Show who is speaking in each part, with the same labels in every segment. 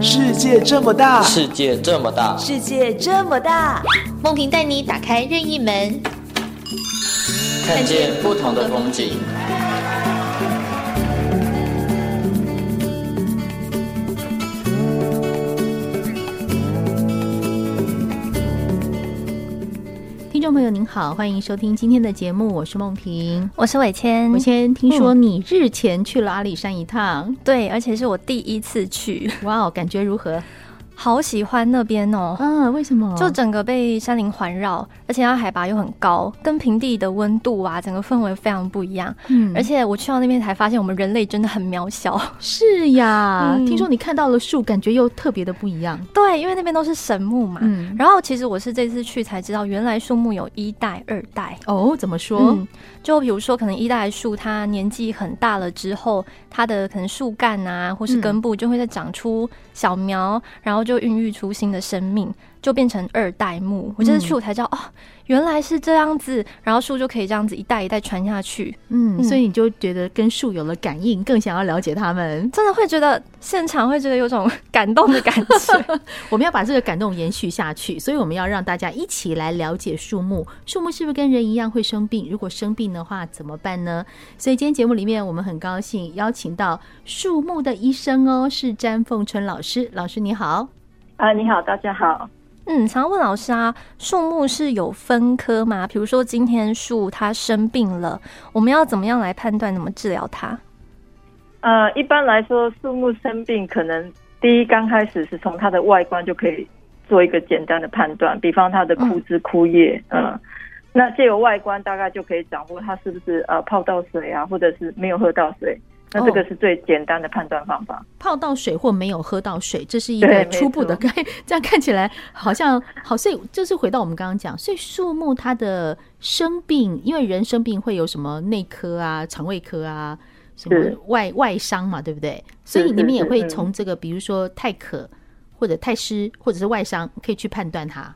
Speaker 1: 世界这么大，
Speaker 2: 世界这么大，
Speaker 3: 世界这么大，
Speaker 4: 梦萍带你打开任意门，
Speaker 2: 看见不同的风景。
Speaker 5: 听众朋友您好，欢迎收听今天的节目，我是梦萍。
Speaker 6: 我是伟谦，
Speaker 5: 我先听说你日前去了阿里山一趟，
Speaker 6: 对，而且是我第一次去，
Speaker 5: 哇哦，感觉如何？
Speaker 6: 好喜欢那边嗯哦，
Speaker 5: 嗯、为什么？
Speaker 6: 就整个被山林环绕，而且它海拔又很高，跟平地的温度啊，整个氛围非常不一样。
Speaker 5: 嗯
Speaker 6: 而且我去到那边才发现，我们人类真的很渺小。
Speaker 5: 是呀，
Speaker 6: 嗯
Speaker 5: 听说你看到了树，感觉又特别的不一样。
Speaker 6: 对，因为那边都是神木嘛。
Speaker 5: 嗯，
Speaker 6: 然后其实我是这次去才知道，原来树木有一代、二代。
Speaker 5: 哦，怎么说？
Speaker 6: 嗯，就比如说，可能一代树它年纪很大了之后，它的可能树干啊，或是根部就会再长出小苗，然后就孕育出新的生命，就变成二代木。我这次去我才知道，哦，原来是这样子，然后树就可以这样子一代一代传下去，
Speaker 5: 嗯，
Speaker 6: 嗯
Speaker 5: 所以你就觉得跟树有了感应，更想要了解他们。
Speaker 6: 真的会觉得现场会觉得有种 感动的感觉。
Speaker 5: 我们要把这个感动延续下去，所以我们要让大家一起来了解树木。树木是不是跟人一样会生病？如果生病的话怎么办呢？所以今天节目里面，我们很高兴邀请到树木的医生哦，是詹凤春老师。老师你好，
Speaker 7: 啊，你好，大家好。
Speaker 6: 嗯，常问老师啊，树木是有分科吗？比如说今天树它生病了，我们要怎么样来判断怎么治疗它？
Speaker 7: 呃，一般来说，树木生病可能第一刚开始是从它的外观就可以做一个简单的判断，比方它的枯枝枯叶，嗯、那借由外观大概就可以掌握它是不是呃泡到水啊，或者是没有喝到水，那
Speaker 5: 哦
Speaker 7: 这个是最简单的判断方法。
Speaker 5: 泡到水或没有喝到水，这是一个
Speaker 7: 对没
Speaker 5: 初步的
Speaker 7: 错
Speaker 5: 概， 这样看起来好像好，所以就是回到我们刚刚讲，所以树木它的生病，因为人生病会有什么内科啊、肠胃科啊，什么
Speaker 7: 是
Speaker 5: 外外伤嘛，对不对？所以
Speaker 7: 是嗯
Speaker 5: 你们也
Speaker 7: 是
Speaker 5: 会
Speaker 7: 是
Speaker 5: 从这个，比如说太渴或者太湿或者是外伤，可以去判断它。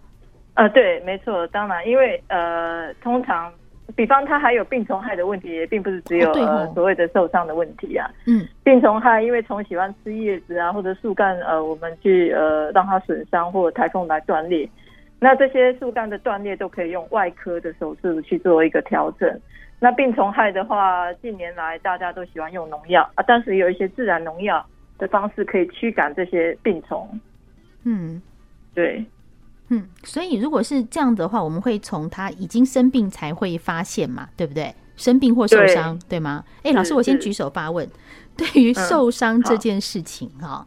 Speaker 7: 呃，对，没错，当然，因为呃，通常，比方它还有病虫害的问题，也并不是只有、
Speaker 5: 哦对哦
Speaker 7: 呃所谓的受伤的问题啊。
Speaker 5: 嗯，
Speaker 7: 病虫害因为虫喜欢吃叶子啊，或者树干，呃，我们去呃让它损伤，或者台风来断裂。那这些树干的断裂都可以用外科的手术去做一个调整。那病虫害的话，近年来大家都喜欢用农药啊，但是有一些自然农药的方式可以驱赶这些病虫。
Speaker 5: 嗯。
Speaker 7: 对，
Speaker 5: 嗯，所以如果是这样的话，我们会从他已经生病才会发现嘛，对不对？生病或受伤，对吗？哎，老师，
Speaker 7: 是
Speaker 6: 嗯
Speaker 5: 我先
Speaker 7: 是
Speaker 5: 举手发问， 对于
Speaker 7: 嗯
Speaker 5: 受伤这
Speaker 7: 好
Speaker 5: 件事情哈、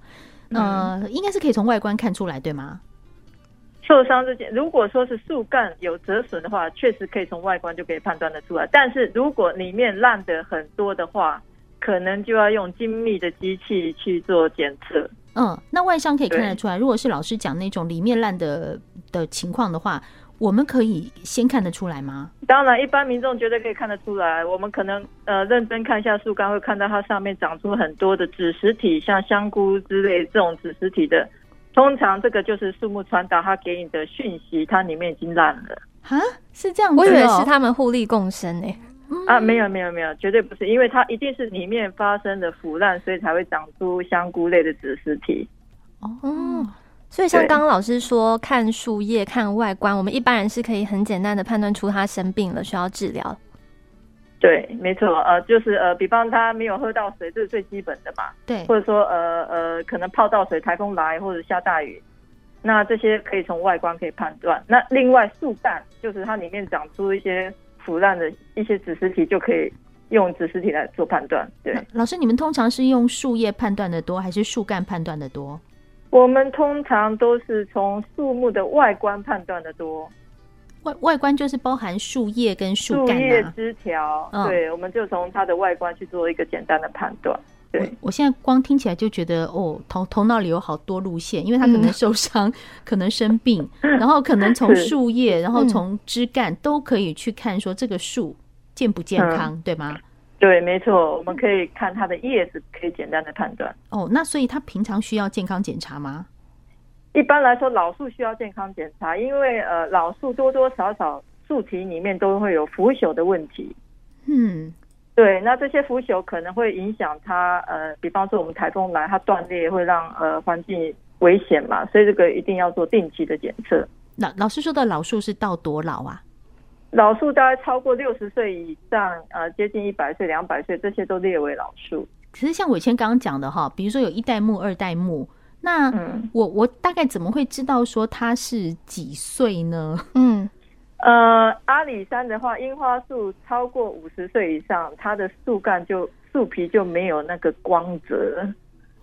Speaker 6: 嗯
Speaker 5: 呃，应该是可以从外观看出来，对吗？
Speaker 7: 受伤这件，如果说是树干有折损的话，确实可以从外观就可以判断得出来。但是如果里面烂的很多的话，可能就要用精密的机器去做检测。
Speaker 5: 嗯，那外伤可以看得
Speaker 7: 对
Speaker 5: 出来。如果是老师讲那种里面烂的的情况的话，我们可以先看得出来吗？
Speaker 7: 当然，一般民众绝对可以看得出来。我们可能呃认真看一下树干，会看到它上面长出很多的子实体，像香菇之类这种子实体的。通常这个就是树木传达它给你的讯息，它里面已经烂了。
Speaker 5: 啊，是这样 子、哦，
Speaker 6: 我以为是他们互利共生呢、欸
Speaker 7: 啊，没有没有没有，绝对不是，因为它一定是里面发生的腐烂，所以才会长出香菇类的子实体。
Speaker 5: 哦，
Speaker 6: 嗯所以像
Speaker 7: 对
Speaker 6: 刚刚老师说，看树叶、看外观，我们一般人是可以很简单的判断出他生病了，需要治疗。
Speaker 7: 对，没错，呃，就是呃，比方它没有喝到水，这是最基本的嘛，
Speaker 5: 对，
Speaker 7: 或者说呃呃，可能泡到水，台风来或者下大雨，那这些可以从外观可以判断。那另外树干就是它里面长出一些腐烂的一些子实体，就可以用子实体来做判断。对，
Speaker 5: 那老师，你们通常是用树叶判断的多，还是树干判断的多？
Speaker 7: 我们通常都是从树木的外观判断的多。
Speaker 5: 外外观就是包含树叶跟树
Speaker 7: 树
Speaker 5: 干
Speaker 7: 叶
Speaker 5: 啊。
Speaker 7: 枝条，
Speaker 5: 嗯
Speaker 7: 对，我们就从它的外观去做一个简单的判断。
Speaker 5: 我
Speaker 7: 对
Speaker 5: 我现在光听起来就觉得哦，头头脑里有好多路线，因为它可能
Speaker 6: 嗯
Speaker 5: 受伤， 可能生病，然后可能从
Speaker 7: 是
Speaker 5: 树叶，然后
Speaker 6: 嗯
Speaker 5: 从枝干都可以去看说这个树健不健康，
Speaker 7: 嗯
Speaker 5: 对吗？
Speaker 7: 对，没错，我们可以看它的叶子，可以简单的判断。
Speaker 5: 哦，那所以它平常需要健康检查吗？
Speaker 7: 一般来说，老树需要健康检查，因为呃，老树多多少少树体里面都会有腐朽的问题。
Speaker 5: 嗯，
Speaker 7: 对，那这些腐朽可能会影响它，呃，比方说我们台风来，它断裂会让呃环境危险嘛，所以这个一定要做定期的检测。
Speaker 5: 老老师说的老树是到多老啊？
Speaker 7: 老树大概超过六十岁以上，呃，接近一百岁、两百岁，这些都列为老树。
Speaker 5: 可是像我以前刚刚讲的哈，比如说有一代目、二代目，那
Speaker 7: 嗯
Speaker 5: 我我大概怎么会知道说它是几岁呢？
Speaker 6: 嗯，
Speaker 7: 呃，阿里山的话，樱花树超过五十岁以上，它的树干就树皮就没有那个光泽，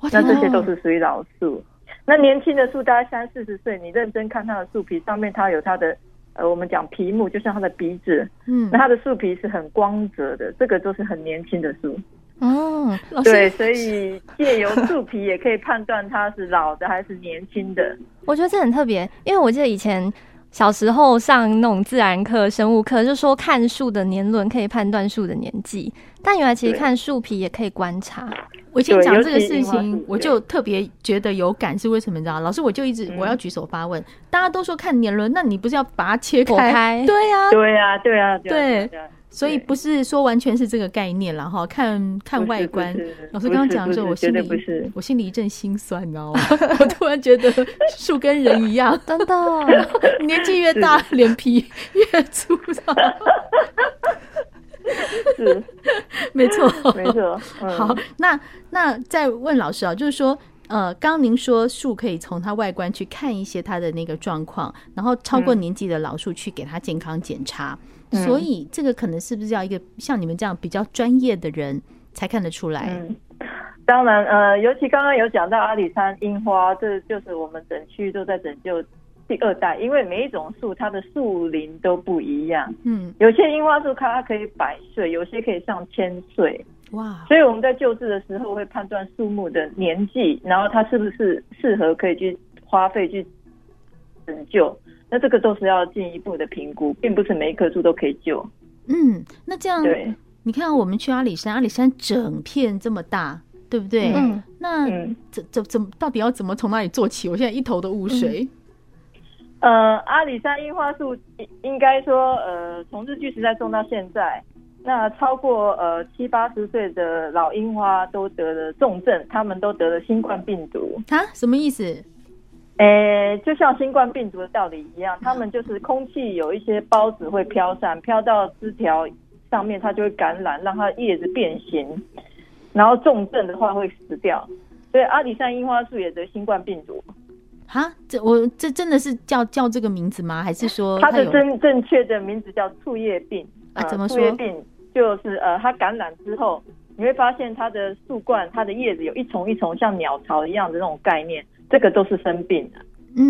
Speaker 5: 哇
Speaker 7: 那
Speaker 5: 天
Speaker 7: 这
Speaker 5: 啊
Speaker 7: 些都是属于老树。那年轻的树大概三四十岁，你认真看它的树皮，上面它有它的呃，我们讲皮木，就像它的鼻子，
Speaker 5: 嗯
Speaker 7: 那，它的树皮是很光泽的，这个都是很年轻的树。
Speaker 6: 哦，
Speaker 5: 老
Speaker 7: 对，
Speaker 5: 师
Speaker 7: 所以借由树皮也可以判断它是老的还是年 轻的。
Speaker 6: 我觉得这很特别，因为我记得以前小时候上那种自然课、生物课，就说看树的年轮可以判断树的年纪，但原来其实
Speaker 7: 对
Speaker 6: 看树皮也可以观察。
Speaker 5: 我先
Speaker 7: 对
Speaker 5: 讲
Speaker 7: 尤
Speaker 5: 这个
Speaker 7: 其
Speaker 5: 事
Speaker 7: 樱花
Speaker 5: 情
Speaker 7: 树，
Speaker 5: 我
Speaker 7: 对
Speaker 5: 就特别觉得有感，是为什么？你知道吗，老师我就一直
Speaker 7: 嗯
Speaker 5: 我要举手发问，大家都说看年轮，那你不是要把它 切
Speaker 6: 剖开
Speaker 5: 对呀、
Speaker 7: 对啊，对啊，对啊
Speaker 5: 对
Speaker 7: 啊啊
Speaker 5: 所以
Speaker 7: 对
Speaker 5: 不是说完全是这个概念了哈，看
Speaker 7: 不
Speaker 5: 看
Speaker 7: 是
Speaker 5: 外
Speaker 7: 不
Speaker 5: 观
Speaker 7: 是。
Speaker 5: 老师
Speaker 7: 不
Speaker 5: 刚刚
Speaker 7: 是
Speaker 5: 讲
Speaker 7: 不
Speaker 5: 的时候，
Speaker 7: 是
Speaker 5: 我
Speaker 7: 绝
Speaker 5: 心
Speaker 7: 对
Speaker 5: 里
Speaker 7: 不是
Speaker 5: 我心里一阵心酸，你知道吗？ 我突然觉得树跟人一样，
Speaker 6: 真的，
Speaker 5: 年纪越大，脸皮越粗糙。
Speaker 7: 是
Speaker 5: 没错，
Speaker 7: 没。错。嗯、
Speaker 5: 好，那那再问老师啊，就是说，呃，刚刚您说树可以从它外观去看一些它的那个状况，然后超过
Speaker 7: 嗯
Speaker 5: 年纪的老树去给它健康检查，
Speaker 7: 嗯
Speaker 5: 所以这个可能是不是要一个像你们这样比较专业的人才看得出来？
Speaker 7: 嗯，当然，呃，尤其刚刚有讲到阿里山樱花，这就是我们整区都在拯救第二代，因为每一种树它的树龄都不一样，
Speaker 5: 嗯，
Speaker 7: 有些樱花树它可以百岁，有些可以上千岁，
Speaker 5: 哇，
Speaker 7: 所以我们在救治的时候会判断树木的年纪，然后它是不是适合可以去花费去拯救。那这个都是要进一步的评估，并不是每一棵树都可以救。
Speaker 5: 嗯，那这样
Speaker 7: 对，
Speaker 5: 你看啊我们去阿里山，阿里山整片这么大，对不对？
Speaker 6: 嗯，
Speaker 5: 那
Speaker 7: 嗯
Speaker 5: 怎怎怎么到底要怎么从那里做起？我现在一头的
Speaker 7: 嗯
Speaker 5: 雾水。
Speaker 7: 呃，阿里山樱花树应应该说，呃，从日据时代种到现在，那超过呃七八十岁的老樱花都得了重症，他们都得了新冠病毒。
Speaker 5: 啊，什么意思？
Speaker 7: 诶，就像新冠病毒的道理一样，他们就是空气有一些孢子会飘散，飘到枝条上面，它就会感染，让它叶子变形，然后重症的话会死掉。所以阿里山樱花树也得新冠病毒。
Speaker 5: 啊，这我这真的是叫叫这个名字吗？还是说
Speaker 7: 它的
Speaker 5: 哦有
Speaker 7: 真正确的名字叫醋叶病
Speaker 5: 啊
Speaker 7: 呃
Speaker 5: 怎么说
Speaker 7: 醋叶病就是呃，它感染之后，你会发现它的树冠、它的叶子有一丛一丛像鸟巢一样的那种概念，这个都是生病的。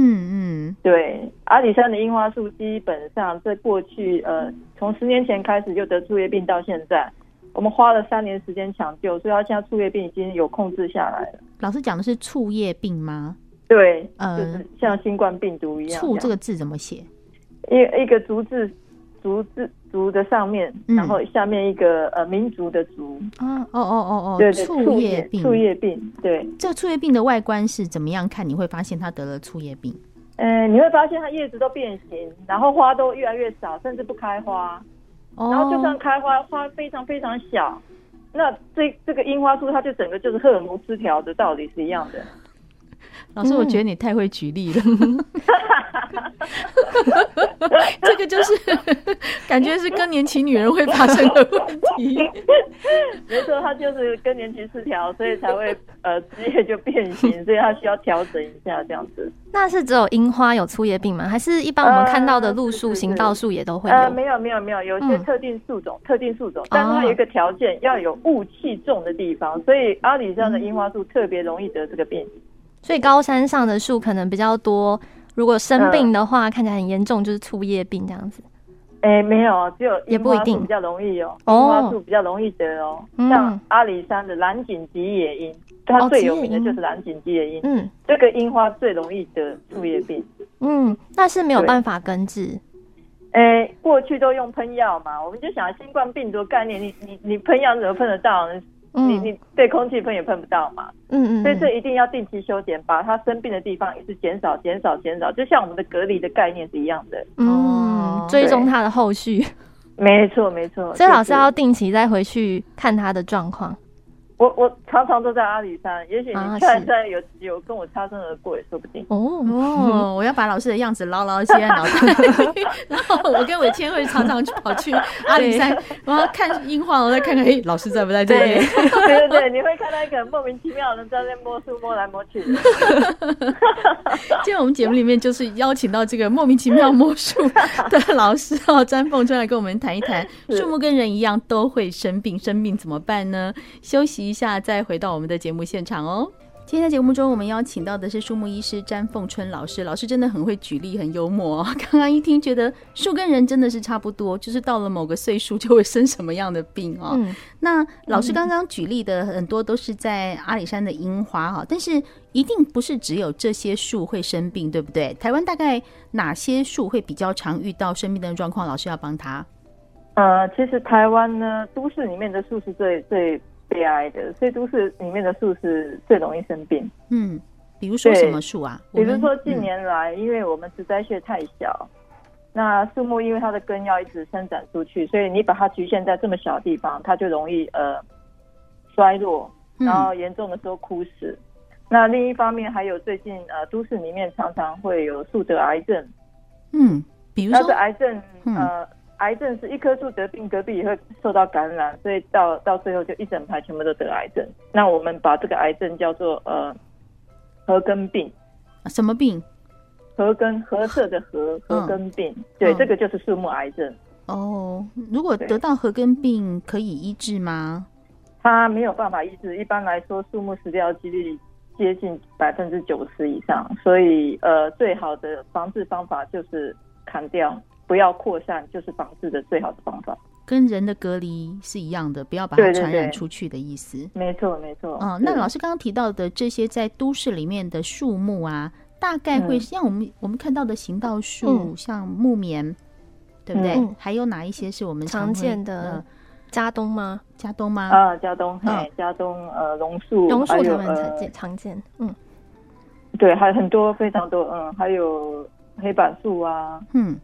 Speaker 5: 嗯嗯
Speaker 7: 对，阿里山的樱花树基本上在过去呃，从十年前开始就得树叶病到现在，我们花了三年时间抢救，所以它现在树叶病已经有控制下来了。
Speaker 5: 老师讲的是醋叶病吗？
Speaker 7: 对，
Speaker 5: 呃
Speaker 7: 就是像新冠病毒一样，
Speaker 5: 醋这个字怎么写？
Speaker 7: 一一个竹字，竹字竹的上面，
Speaker 5: 嗯
Speaker 7: 然后下面一个呃民族的族，
Speaker 6: 啊，
Speaker 5: 哦哦哦
Speaker 7: 对
Speaker 5: 哦，
Speaker 7: 对，
Speaker 5: 醋
Speaker 7: 树
Speaker 5: 叶病。
Speaker 7: 树叶病，对，
Speaker 5: 这个醋叶病的外观是怎么样看？你会发现他得了醋叶病。
Speaker 7: 嗯，你会发现它叶子都变形，然后花都越来越少，甚至不开花，
Speaker 5: 哦，
Speaker 7: 然后就算开花，花非常非常小。那这这个樱花树，它就整个就是荷尔蒙失调的道理是一样的。
Speaker 5: 老师，我
Speaker 7: 嗯
Speaker 5: 觉得你太会举例了， 这个就是 感觉是更年期女人会发生的问题。
Speaker 7: 没错，它就是更年期失调，所以才会呃枝叶就变形，所以它需要调整一下这样子。
Speaker 6: 那是只有樱花有粗叶病吗？还是一般我们看到的
Speaker 7: 呃
Speaker 6: 路
Speaker 7: 是
Speaker 6: 树、
Speaker 7: 是
Speaker 6: 行
Speaker 7: 是
Speaker 6: 道树也都会
Speaker 7: 呃，
Speaker 6: 有？
Speaker 7: 没有没有没有，有些
Speaker 6: 嗯
Speaker 7: 特定树种，特定树种，但是它有一个条件，要有雾气重的地方，所以阿里
Speaker 6: 嗯
Speaker 7: 山的樱花树特别容易得这个病。
Speaker 6: 所以高山上的树可能比较多。如果生
Speaker 7: 嗯
Speaker 6: 病的话，看起来很严重，就是粗叶病这样子。
Speaker 7: 哎、没有，只有
Speaker 6: 也
Speaker 7: 樱
Speaker 6: 不一
Speaker 7: 花
Speaker 6: 定
Speaker 7: 树比较容易哦，
Speaker 6: 哦
Speaker 7: 樱花树比较容易得哦。
Speaker 6: 嗯
Speaker 7: 像阿里山的蓝颈吉野樱，它
Speaker 6: 哦
Speaker 7: 最
Speaker 6: 吉
Speaker 7: 有
Speaker 6: 野
Speaker 7: 名的
Speaker 6: 樱
Speaker 7: 就是蓝颈吉野樱，
Speaker 6: 嗯
Speaker 7: 这个樱花最容易得树叶病。
Speaker 6: 嗯，那是没有
Speaker 7: 对
Speaker 6: 办法根治。
Speaker 7: 诶，哎过去都用喷药嘛，我们就想新冠病毒概念，你你你喷药怎么喷得到呢？
Speaker 6: 嗯
Speaker 7: 你你对空气喷也喷不到嘛。
Speaker 6: 嗯嗯，
Speaker 7: 所以
Speaker 6: 嗯
Speaker 7: 这一定要定期修剪，把它生病的地方一直减少、减少、减少，就像我们的隔离的概念是一样的。
Speaker 6: 嗯，追踪它的后续。
Speaker 7: 没错没错。
Speaker 6: 所以老师
Speaker 7: 就是
Speaker 6: 要定期再回去看它的状况。
Speaker 7: 我我常常都在阿里山，也许
Speaker 6: 啊
Speaker 7: 你看
Speaker 6: 是
Speaker 7: 在有有跟我擦身而过也说不定。
Speaker 6: 哦，
Speaker 5: 哦，我要把老师的样子牢牢地记在脑袋里。然后我跟伟谦会常常去跑去阿里山，然后看樱花，我再看看，哎，老师在不在这边？
Speaker 7: 对对对，你会看到一个莫名其妙的人在那摸树摸来摸去。
Speaker 5: 今天我们节目里面就是邀请到这个莫名其妙魔 术的老师哦，詹凤川来跟我们谈一谈，
Speaker 7: 是
Speaker 5: 树木跟人一样都会生病，生病怎么办呢？休息一下再回到我们的节目现场哦。今天在节目中，我们邀请到的是树木医师詹凤春老师，老师真的很会举例，很幽默、哦。 刚刚一听，觉得树跟人真的是差不多，就是到了某个岁数就会生什么样的病哦。
Speaker 6: 嗯，
Speaker 5: 那老师刚刚举例的很多都是在阿里山的樱花哈，但是一定不是只有这些树会生病，对不对？台湾大概哪些树会比较常遇到生病的状况？老师要帮他
Speaker 7: 呃，其实台湾呢，都市里面的树是最最悲哀的，所以都市里面的树是最容易生病。
Speaker 5: 嗯，比如说
Speaker 7: 对
Speaker 5: 什么树啊？
Speaker 7: 比
Speaker 5: 我
Speaker 7: 如
Speaker 5: 们
Speaker 7: 说近、年来，因为我们植栽穴太小，那树木因为它的根要一直伸展出去，所以你把它局限在这么小的地方，它就容易呃衰落，
Speaker 5: 嗯
Speaker 7: 然后严重的时候枯死。那另一方面，还有最近呃都市里面常常会有树得癌症，
Speaker 5: 嗯，嗯比如
Speaker 7: 那这
Speaker 5: 说
Speaker 7: 癌症
Speaker 5: 嗯
Speaker 7: 呃。癌症是一棵树得病，隔壁也会受到感染，所以到到最后就一整排全部都得癌症。那我们把这个癌症叫做呃合根病。
Speaker 5: 什么病？
Speaker 7: 合根合色的合
Speaker 5: 嗯
Speaker 7: 合根病，对，
Speaker 5: 嗯
Speaker 7: 这个就是树木癌症，
Speaker 5: 哦，如果
Speaker 7: 对
Speaker 5: 得到合根病可以医治吗？
Speaker 7: 它没有办法医治。一般来说，树木死掉的几率接近百分之九十以上，所以呃，最好的防治方法就是砍掉，不要扩散，就是防治的最好的方法。
Speaker 5: 跟人的隔离是一样的，不要把它
Speaker 7: 对对
Speaker 5: 传染
Speaker 7: 对
Speaker 5: 出去的意思。
Speaker 7: 没错，没错。
Speaker 5: 哦，那
Speaker 7: 对
Speaker 5: 老师刚刚提到的这些在都市里面的树木啊，大概会
Speaker 7: 嗯
Speaker 5: 像我们我们看到的行道树，像木棉，对不对？
Speaker 6: 嗯
Speaker 5: 还有哪一些是我们
Speaker 6: 常
Speaker 5: 会
Speaker 6: 见的
Speaker 5: 呃
Speaker 6: 加东吗？
Speaker 5: 加东吗？
Speaker 7: 啊，加东
Speaker 5: 嗯
Speaker 7: 嘿，加东呃，榕树，
Speaker 6: 榕树他
Speaker 7: 还有
Speaker 6: 们常
Speaker 7: 呃
Speaker 6: 见，常见。嗯，
Speaker 7: 对，还有很多非常多，嗯，还有黑板树啊，
Speaker 5: 嗯，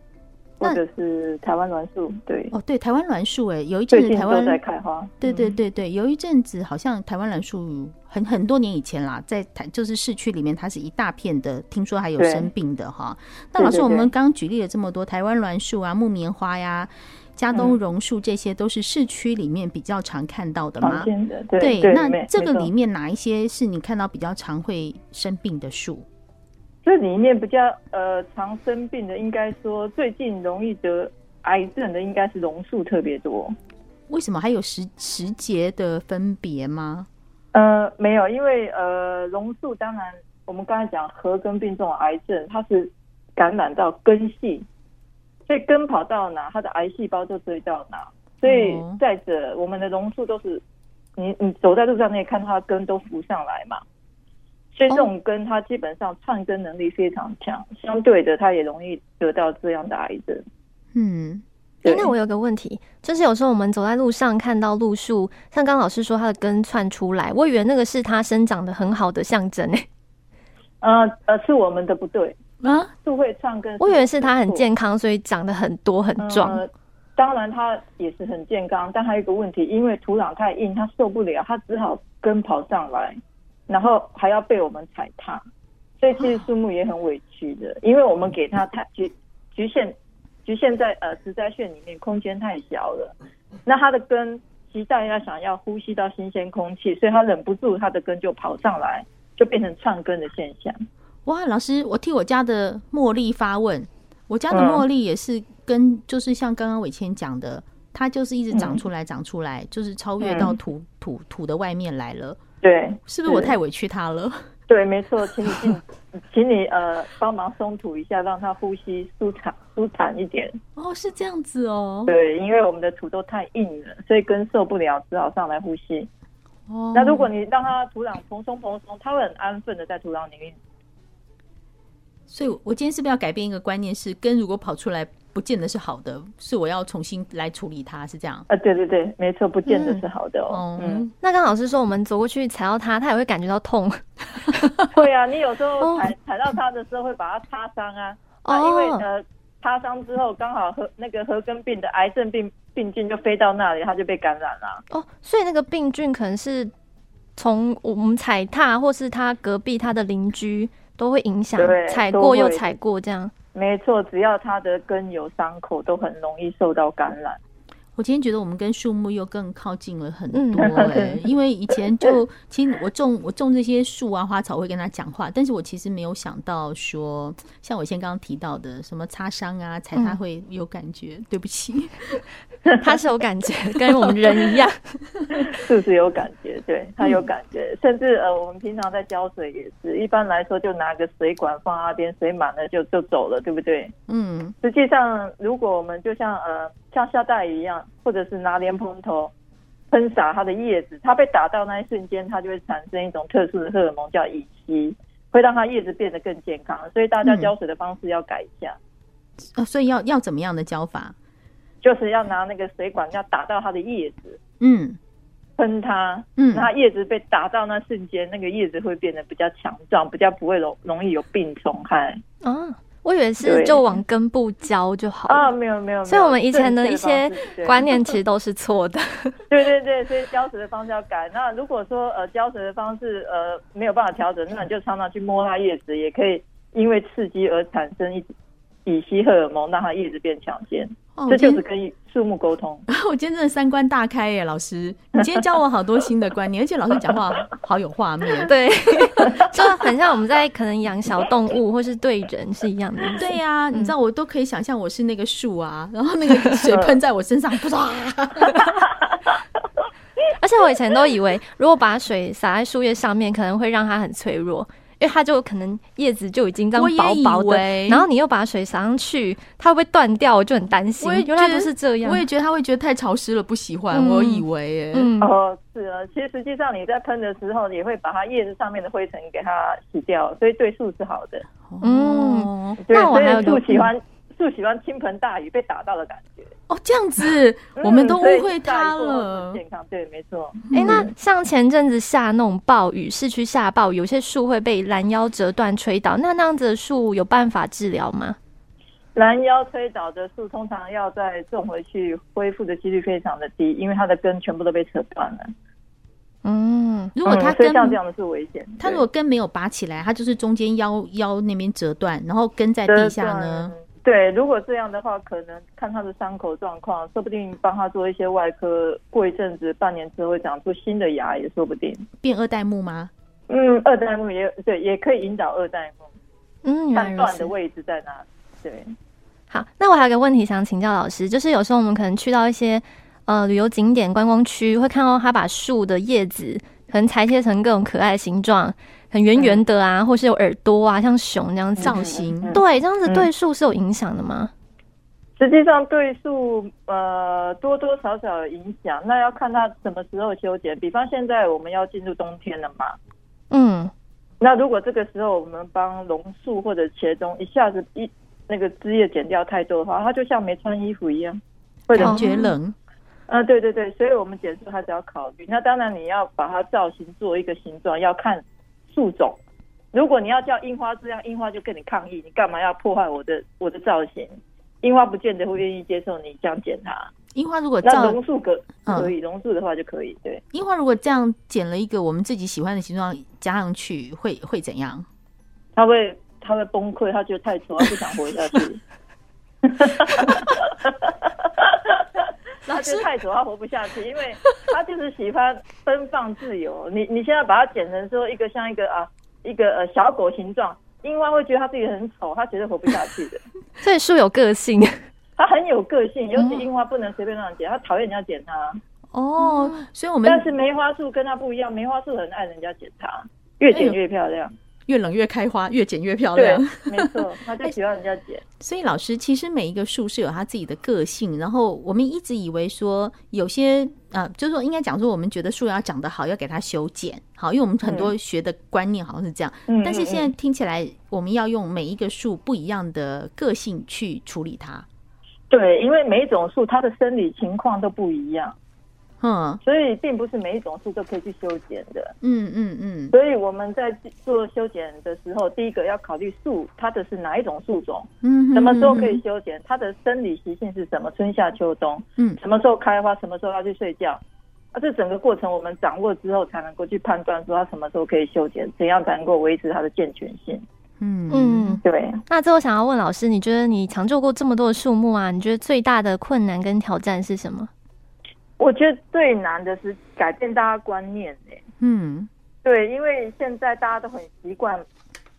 Speaker 5: 那
Speaker 7: 或者是台湾栾树，对，
Speaker 5: 哦，对，台湾栾树，哎，有一阵
Speaker 7: 最
Speaker 5: 子
Speaker 7: 近
Speaker 5: 台
Speaker 7: 都
Speaker 5: 湾，
Speaker 7: 在开花。
Speaker 5: 对对
Speaker 7: 嗯
Speaker 5: 对对，有一阵子好像台湾栾树很很多年以前啦，在台就是市区里面，它是一大片的，听说还有
Speaker 7: 对
Speaker 5: 生病的哈。那
Speaker 7: 对
Speaker 5: 老师，
Speaker 7: 对
Speaker 5: 我们
Speaker 7: 对
Speaker 5: 刚举例了这么多，台湾栾树啊、木棉花呀、加
Speaker 7: 嗯
Speaker 5: 东榕树，这些都是市区里面比较常看到的吗？
Speaker 7: 常见的，对
Speaker 5: 那
Speaker 7: 没
Speaker 5: 这个
Speaker 7: 没错
Speaker 5: 里面哪一些是你看到比较常会生病的树？
Speaker 7: 这里面比较呃常生病的，应该说最近容易得癌症的，应该是榕树特别多。
Speaker 5: 为什么还有时时节的分别吗？
Speaker 7: 呃，没有，因为呃榕树当然我们刚才讲核根病这种癌症，它是感染到根系，所以根跑到哪，它的癌细胞就追到哪。
Speaker 6: 嗯
Speaker 7: 所以
Speaker 5: 哦
Speaker 7: 再者，我们的榕树都是你你走在路上，你也看到它的根都浮上来嘛。所以这种根，它基本上串根能力非常强，相对的，它也容易得到这样的癌症。
Speaker 5: 嗯，
Speaker 6: 诶
Speaker 7: 对
Speaker 6: 哦那我有个问题，就是有时候我们走在路上看到路树，像刚刚老师说它的根窜出来，我以为那个是它生长的很好的象征诶、
Speaker 7: 呃呃，是我们的不对，
Speaker 5: 啊，
Speaker 7: 是会串根。
Speaker 6: 我以为是它很健康，所以长得很多很壮。
Speaker 7: 呃当然，它也是很健康，但还有一个问题，因为土壤太硬，它受不了，它只好根跑上来，然后还要被我们踩踏，所以其实树木也很委屈的，因为我们给它太局局限局限在呃植栽穴里面，空间太小了，那它的根期待要想要呼吸到新鲜空气，所以它忍不住，它的根就跑上来，就变成串根的现象。
Speaker 5: 哇，老师，我替我家的茉莉发问，我家的
Speaker 7: 嗯
Speaker 5: 茉莉也是跟、就是像刚刚伟谦讲的，它就是一直长
Speaker 7: 嗯
Speaker 5: 出来，长出来，就是超越到
Speaker 7: 嗯
Speaker 5: 土、土土的外面来了，
Speaker 7: 对，
Speaker 5: 是不是我
Speaker 7: 是
Speaker 5: 太委屈它了？
Speaker 7: 对，没错，请你进，请你呃帮忙松土一下，让它呼吸舒坦舒坦一点。
Speaker 5: 哦，是这样子哦。
Speaker 7: 对，因为我们的土都太硬了，所以根受不了，只好上来呼吸。
Speaker 5: 哦，
Speaker 7: 那如果你让它土壤蓬松蓬松，它会很安分的在土壤里面。
Speaker 5: 所以，我今天是不是要改变一个观念是，根如果跑出来，不见得是好的，是我要重新来处理它，是这样？
Speaker 7: 啊，对对对，没错，不见得是好的哦。嗯，
Speaker 5: 嗯，
Speaker 6: 那刚刚老师说我们走过去踩到它，它也会感觉到痛。
Speaker 7: 会啊，你有时候
Speaker 6: 哦
Speaker 7: 踩踩到它的时候会把它擦伤啊，啊，因为
Speaker 6: 哦，
Speaker 7: 呃擦伤之后刚好和那个核根病的癌症病病菌就飞到那里，它就被感染了。
Speaker 6: 哦，所以那个病菌可能是从我们踩踏，或是他隔壁他的邻居都会影响
Speaker 7: 对，
Speaker 6: 踩
Speaker 7: 都
Speaker 6: 过又
Speaker 7: 会
Speaker 6: 踩过这样。
Speaker 7: 没错，只要它的根有伤口，都很容易受到感染。
Speaker 5: 我今天觉得我们跟树木又更靠近了很
Speaker 6: 嗯
Speaker 5: 多哎、因为以前就其实我种我种这些树啊花草会跟他讲话，但是我其实没有想到说，像我以前刚刚提到的什么擦伤啊，踩它
Speaker 6: 嗯
Speaker 5: 会有感觉，对不起，
Speaker 6: 他是有感觉，跟我们人一 样。
Speaker 7: 是不是有感觉？对，它有感觉。甚至呃，我们平常在浇水也是，一般来说就拿个水管放那边，水满了就就走了，对不对？
Speaker 5: 嗯
Speaker 7: 实际上，如果我们就像呃像下大雨一样，或者是拿莲蓬头喷洒它的叶子，它被打到那一瞬间，它就会产生一种特殊的荷尔蒙叫乙烯，会让它叶子变得更健康。所以大家
Speaker 5: 嗯
Speaker 7: 浇水的方式要改一下，
Speaker 5: 哦，所以要要怎么样的教法？
Speaker 7: 就是要拿那个水管要打到它的叶子。
Speaker 5: 嗯
Speaker 7: 喷它，
Speaker 5: 嗯
Speaker 7: 那它叶子被打到那瞬间，那个叶子会变得比较强壮，比较不会容容易有病虫害
Speaker 6: 啊，我以为是
Speaker 7: 对
Speaker 6: 就往根部浇就好
Speaker 7: 啊！
Speaker 6: 了。
Speaker 7: 没有没有，没有
Speaker 6: 哦所以我们以前的一些
Speaker 7: 正确的方式对
Speaker 6: 观念其实都是错 的。
Speaker 7: 对对对，所以浇水的方式要改。那如果说呃浇水的方式呃没有办法调整，那你就常常去摸它叶子，也可以因为刺激而产生一乙烯荷尔蒙，让它叶子变强健。
Speaker 5: 哦，
Speaker 7: 这
Speaker 5: 我今
Speaker 7: 就是
Speaker 5: 天
Speaker 7: 跟树木沟通。
Speaker 6: 嗯
Speaker 5: 我今天真的三观大开耶，老师，你今天教我好多新的观念，而且老师讲话好有画面。
Speaker 6: 对，就很像我们在可能养小动物或是对人是一样的意思。
Speaker 5: 对呀、你知道我都可以想象我是那个树啊，然后那个水喷在我身上，啪！
Speaker 6: 而且我以前都以为，如果把水洒在树叶上面，可能会让它很脆弱，因为它就可能叶子就已经这
Speaker 5: 我
Speaker 6: 样
Speaker 5: 也
Speaker 6: 薄薄
Speaker 5: 以
Speaker 6: 的
Speaker 5: 为，
Speaker 6: 然后你又把水洒上去，它会不会断掉？我就很担心
Speaker 5: 我也。
Speaker 6: 原来
Speaker 5: 觉
Speaker 6: 不
Speaker 5: 得
Speaker 6: 是这样
Speaker 5: 我。也觉得他会觉得太潮湿了，不喜欢。
Speaker 6: 嗯
Speaker 5: 我以为、欸，
Speaker 6: 嗯，
Speaker 7: 哦，是啊，其实实际上你在喷的时候，也会把它叶子上面的灰尘给它洗掉，所以对树是好的。
Speaker 5: 哦
Speaker 6: 嗯
Speaker 7: 对，
Speaker 6: 那我还有留
Speaker 7: 所以树喜欢树喜欢倾盆大雨被打到的感觉。
Speaker 5: 哦，这样子，
Speaker 7: 嗯
Speaker 5: 我们都误
Speaker 7: 所
Speaker 5: 会
Speaker 7: 以下
Speaker 5: 他
Speaker 7: 一步
Speaker 5: 了
Speaker 7: 是。健康对，没错。
Speaker 6: 哎、那像前阵子下那种暴雨，市区下暴雨，有些树会被拦腰折断、吹倒，那那样子的树有办法治疗吗？
Speaker 7: 拦腰推倒的树，通常要再种回去，恢复的几率非常的低，因为它的根全部都被扯断了。
Speaker 6: 嗯，
Speaker 5: 如果他
Speaker 7: 嗯所以
Speaker 5: 根、
Speaker 7: 像这样的是危险。
Speaker 5: 他
Speaker 7: 对
Speaker 5: 如果根没有拔起来，他就是中间腰腰那边折断，然后根在地下呢。？
Speaker 7: 对，如果这样的话，可能看他的伤口状况，说不定帮他做一些外科，过一阵子半年之后会长出新的牙，也说不定。
Speaker 5: 变二代目吗？
Speaker 7: 嗯，二代目也对，也可以引导二代目，
Speaker 6: 嗯，原来
Speaker 7: 判
Speaker 6: 如
Speaker 7: 断的
Speaker 6: 此。
Speaker 7: 位置在哪里？对，
Speaker 6: 好，那我还有个问题想请教老师，就是有时候我们可能去到一些呃旅游景点、观光区，会看到他把树的叶子可能裁切成各种可爱的形状，很圆圆的啊，或是有耳朵啊，像熊这样子。
Speaker 5: 造型
Speaker 7: 嗯嗯
Speaker 6: 对，这样子
Speaker 7: 嗯
Speaker 6: 对树是有影响的吗？
Speaker 7: 实际上对树呃多多少少有影响，那要看它什么时候修剪。比方现在我们要进入冬天了嘛，
Speaker 6: 嗯，
Speaker 7: 那如果这个时候我们帮榕树或者茄棕一下子一那个枝叶剪掉太多的话，它就像没穿衣服一样，会冷
Speaker 5: 感
Speaker 6: 哦
Speaker 5: 觉冷。
Speaker 7: 啊，对对对，所以我们剪树还是要考虑。那当然你要把它造型做一个形状，要看树种。如果你要叫樱花这样，樱花就跟你抗议，你干嘛要破坏我的我的造型？樱花不见得会愿意接受你这样剪它。
Speaker 5: 樱花如果
Speaker 7: 那
Speaker 5: 造
Speaker 7: 榕树可
Speaker 5: 嗯
Speaker 7: 可以，榕树的话就可以。对，
Speaker 5: 樱花如果这样剪了一个我们自己喜欢的形状加上去，会会怎样？
Speaker 7: 它会它会崩溃，它觉得太丑，它不想活下去。他觉得太丑，他活不下去，因为他就是喜欢奔放自由。你你现在把它剪成说一个像一个啊一个呃小狗形状，樱花会觉得他自己很丑，他绝对活不下去的。
Speaker 6: 所以树有个性。
Speaker 7: 他很有个性，尤其樱花不能随便乱剪，他讨厌人家剪他。
Speaker 5: 哦，所以我们
Speaker 7: 但是梅花树跟他不一样，梅花树很爱人家剪它，越剪越漂亮。
Speaker 5: 越冷越开花，越剪越漂
Speaker 7: 对
Speaker 5: 亮。，
Speaker 7: 没错，他就喜欢人家剪。
Speaker 5: 所以老师，其实每一个树是有它自己的个性，然后我们一直以为说有些呃，就是说应该讲说，我们觉得树要长得好，要给它修剪好，因为我们很多学的观念好像是这样，
Speaker 7: 嗯
Speaker 5: 但是
Speaker 7: 嗯
Speaker 5: 现在听起来，我们要用每一个树不一样的个性去处理它。
Speaker 7: 对，因为每一种树它的生理情况都不一样。
Speaker 5: 嗯
Speaker 7: 所以并不是每一种树都可以去修剪的。
Speaker 5: 嗯嗯嗯，
Speaker 7: 所以我们在做修剪的时候，第一个要考虑树它的是哪一种树种，
Speaker 5: 嗯哼
Speaker 7: 什么时候可以？修剪，它的生理习性是什么，春夏秋冬，
Speaker 5: 嗯
Speaker 7: 什么时候开花，什么时候要去睡觉。啊，这整个过程我们掌握之后，才能够去判断说它什么时候可以修剪，怎样才能够维持它的健全性。
Speaker 5: 嗯嗯
Speaker 6: 嗯，
Speaker 7: 对，
Speaker 6: 那最后想要问老师，你觉得你抢救过这么多的树木啊，你觉得最大的困难跟挑战是什么？
Speaker 7: 我觉得最难的是改变大家观念、欸，
Speaker 5: 嗯
Speaker 7: 对，因为现在大家都很习惯，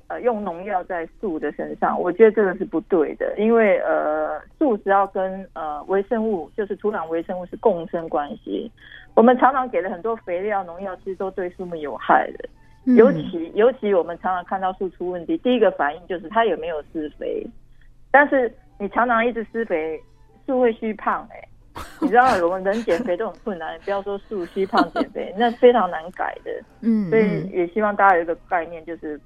Speaker 7: 呃，用农药在树的身上，我觉得这个是不对的，因为呃，树只要跟呃微生物，就是土壤微生物是共生关系。我们常常给了很多肥料、农药，其实都对树木有害的。
Speaker 5: 嗯，
Speaker 7: 尤其尤其我们常常看到树出问题，第一个反应就是它有没有施肥，但是你常常一直施肥，树会虚胖 哎、你知道我们人减肥都很困难，不要说树虚胖减 肥，那非常难改的。
Speaker 5: 嗯
Speaker 7: 所以也希望大家有一个概念，就是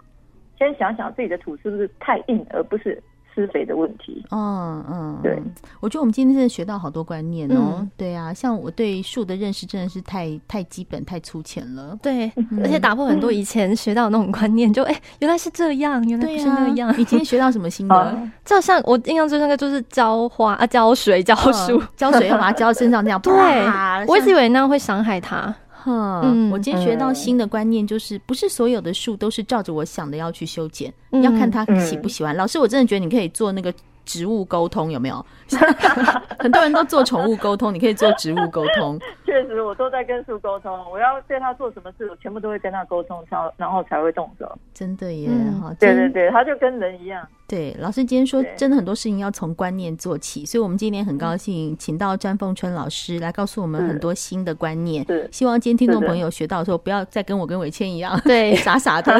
Speaker 7: 先想想自己的土是不是太硬，而不是施肥的问题。
Speaker 5: 嗯嗯，
Speaker 7: 对
Speaker 5: 嗯，我觉得我们今天真的学到好多观念哦。
Speaker 6: 嗯
Speaker 5: 对啊，像我对树的认识真的是太太基本、太粗浅了。
Speaker 6: 对，而
Speaker 7: 嗯
Speaker 6: 且打破
Speaker 5: 嗯
Speaker 6: 很多以前学到的那种观念，就哎、原来是这样，原来不
Speaker 5: 对
Speaker 6: 是
Speaker 5: 啊
Speaker 6: 那 样。
Speaker 5: 你今天学到什么新的？嗯
Speaker 6: 就像我印象最深刻就是浇花啊，浇水、浇树。
Speaker 5: 嗯浇水要把它浇到身上，这样
Speaker 6: 对
Speaker 5: 啪，
Speaker 6: 我一直以
Speaker 5: 为，
Speaker 6: 为那样会伤害它。
Speaker 5: 嗯，
Speaker 6: 嗯
Speaker 5: 我今天学到新的观念，就是不是所有的树都是照着我想的要去修剪，
Speaker 6: 嗯
Speaker 5: 要看它喜不喜欢。老师，我真的觉得你可以做那个。植物沟通有没 有？很多人都做宠物沟通，你可以做植物沟通。
Speaker 7: 确实，我都在跟树沟通，我要对它做什么事，我全部都会跟它沟通，然然后才会动手。
Speaker 5: 真的耶，
Speaker 6: 嗯
Speaker 5: 哈、
Speaker 7: 对
Speaker 5: 真
Speaker 7: 对对，它就跟人一样。
Speaker 5: 对，老师今天说
Speaker 7: 对，嗯
Speaker 5: 真的很多事情要从观念做起，所以我们今天很高兴请到詹凤春老师来告诉我们
Speaker 7: 是
Speaker 5: 很多新的观念
Speaker 7: 是。
Speaker 5: 希望今天听众
Speaker 7: 是的
Speaker 5: 朋友学到的时候，不要再跟我跟伟倩一样
Speaker 6: 对，
Speaker 5: 傻傻 的。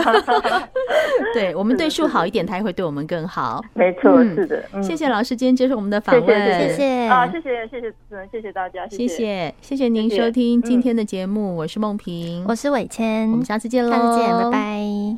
Speaker 5: 对我们对树好一点，他也会对我们更好。
Speaker 7: 没错，
Speaker 5: 嗯
Speaker 7: 是的。嗯
Speaker 5: 谢谢老师今天接受我们的访
Speaker 7: 谢
Speaker 5: 问，
Speaker 7: 谢
Speaker 6: 谢谢
Speaker 7: 啊，谢谢谢谢主持人，谢谢大家，
Speaker 5: 谢
Speaker 7: 谢。
Speaker 5: 谢谢谢您
Speaker 7: 谢谢
Speaker 5: 收听今
Speaker 7: 嗯
Speaker 5: 天的节目，我是梦萍，
Speaker 6: 我是伟谦
Speaker 5: 我，们下次见喽，
Speaker 6: 下次见，拜。拜。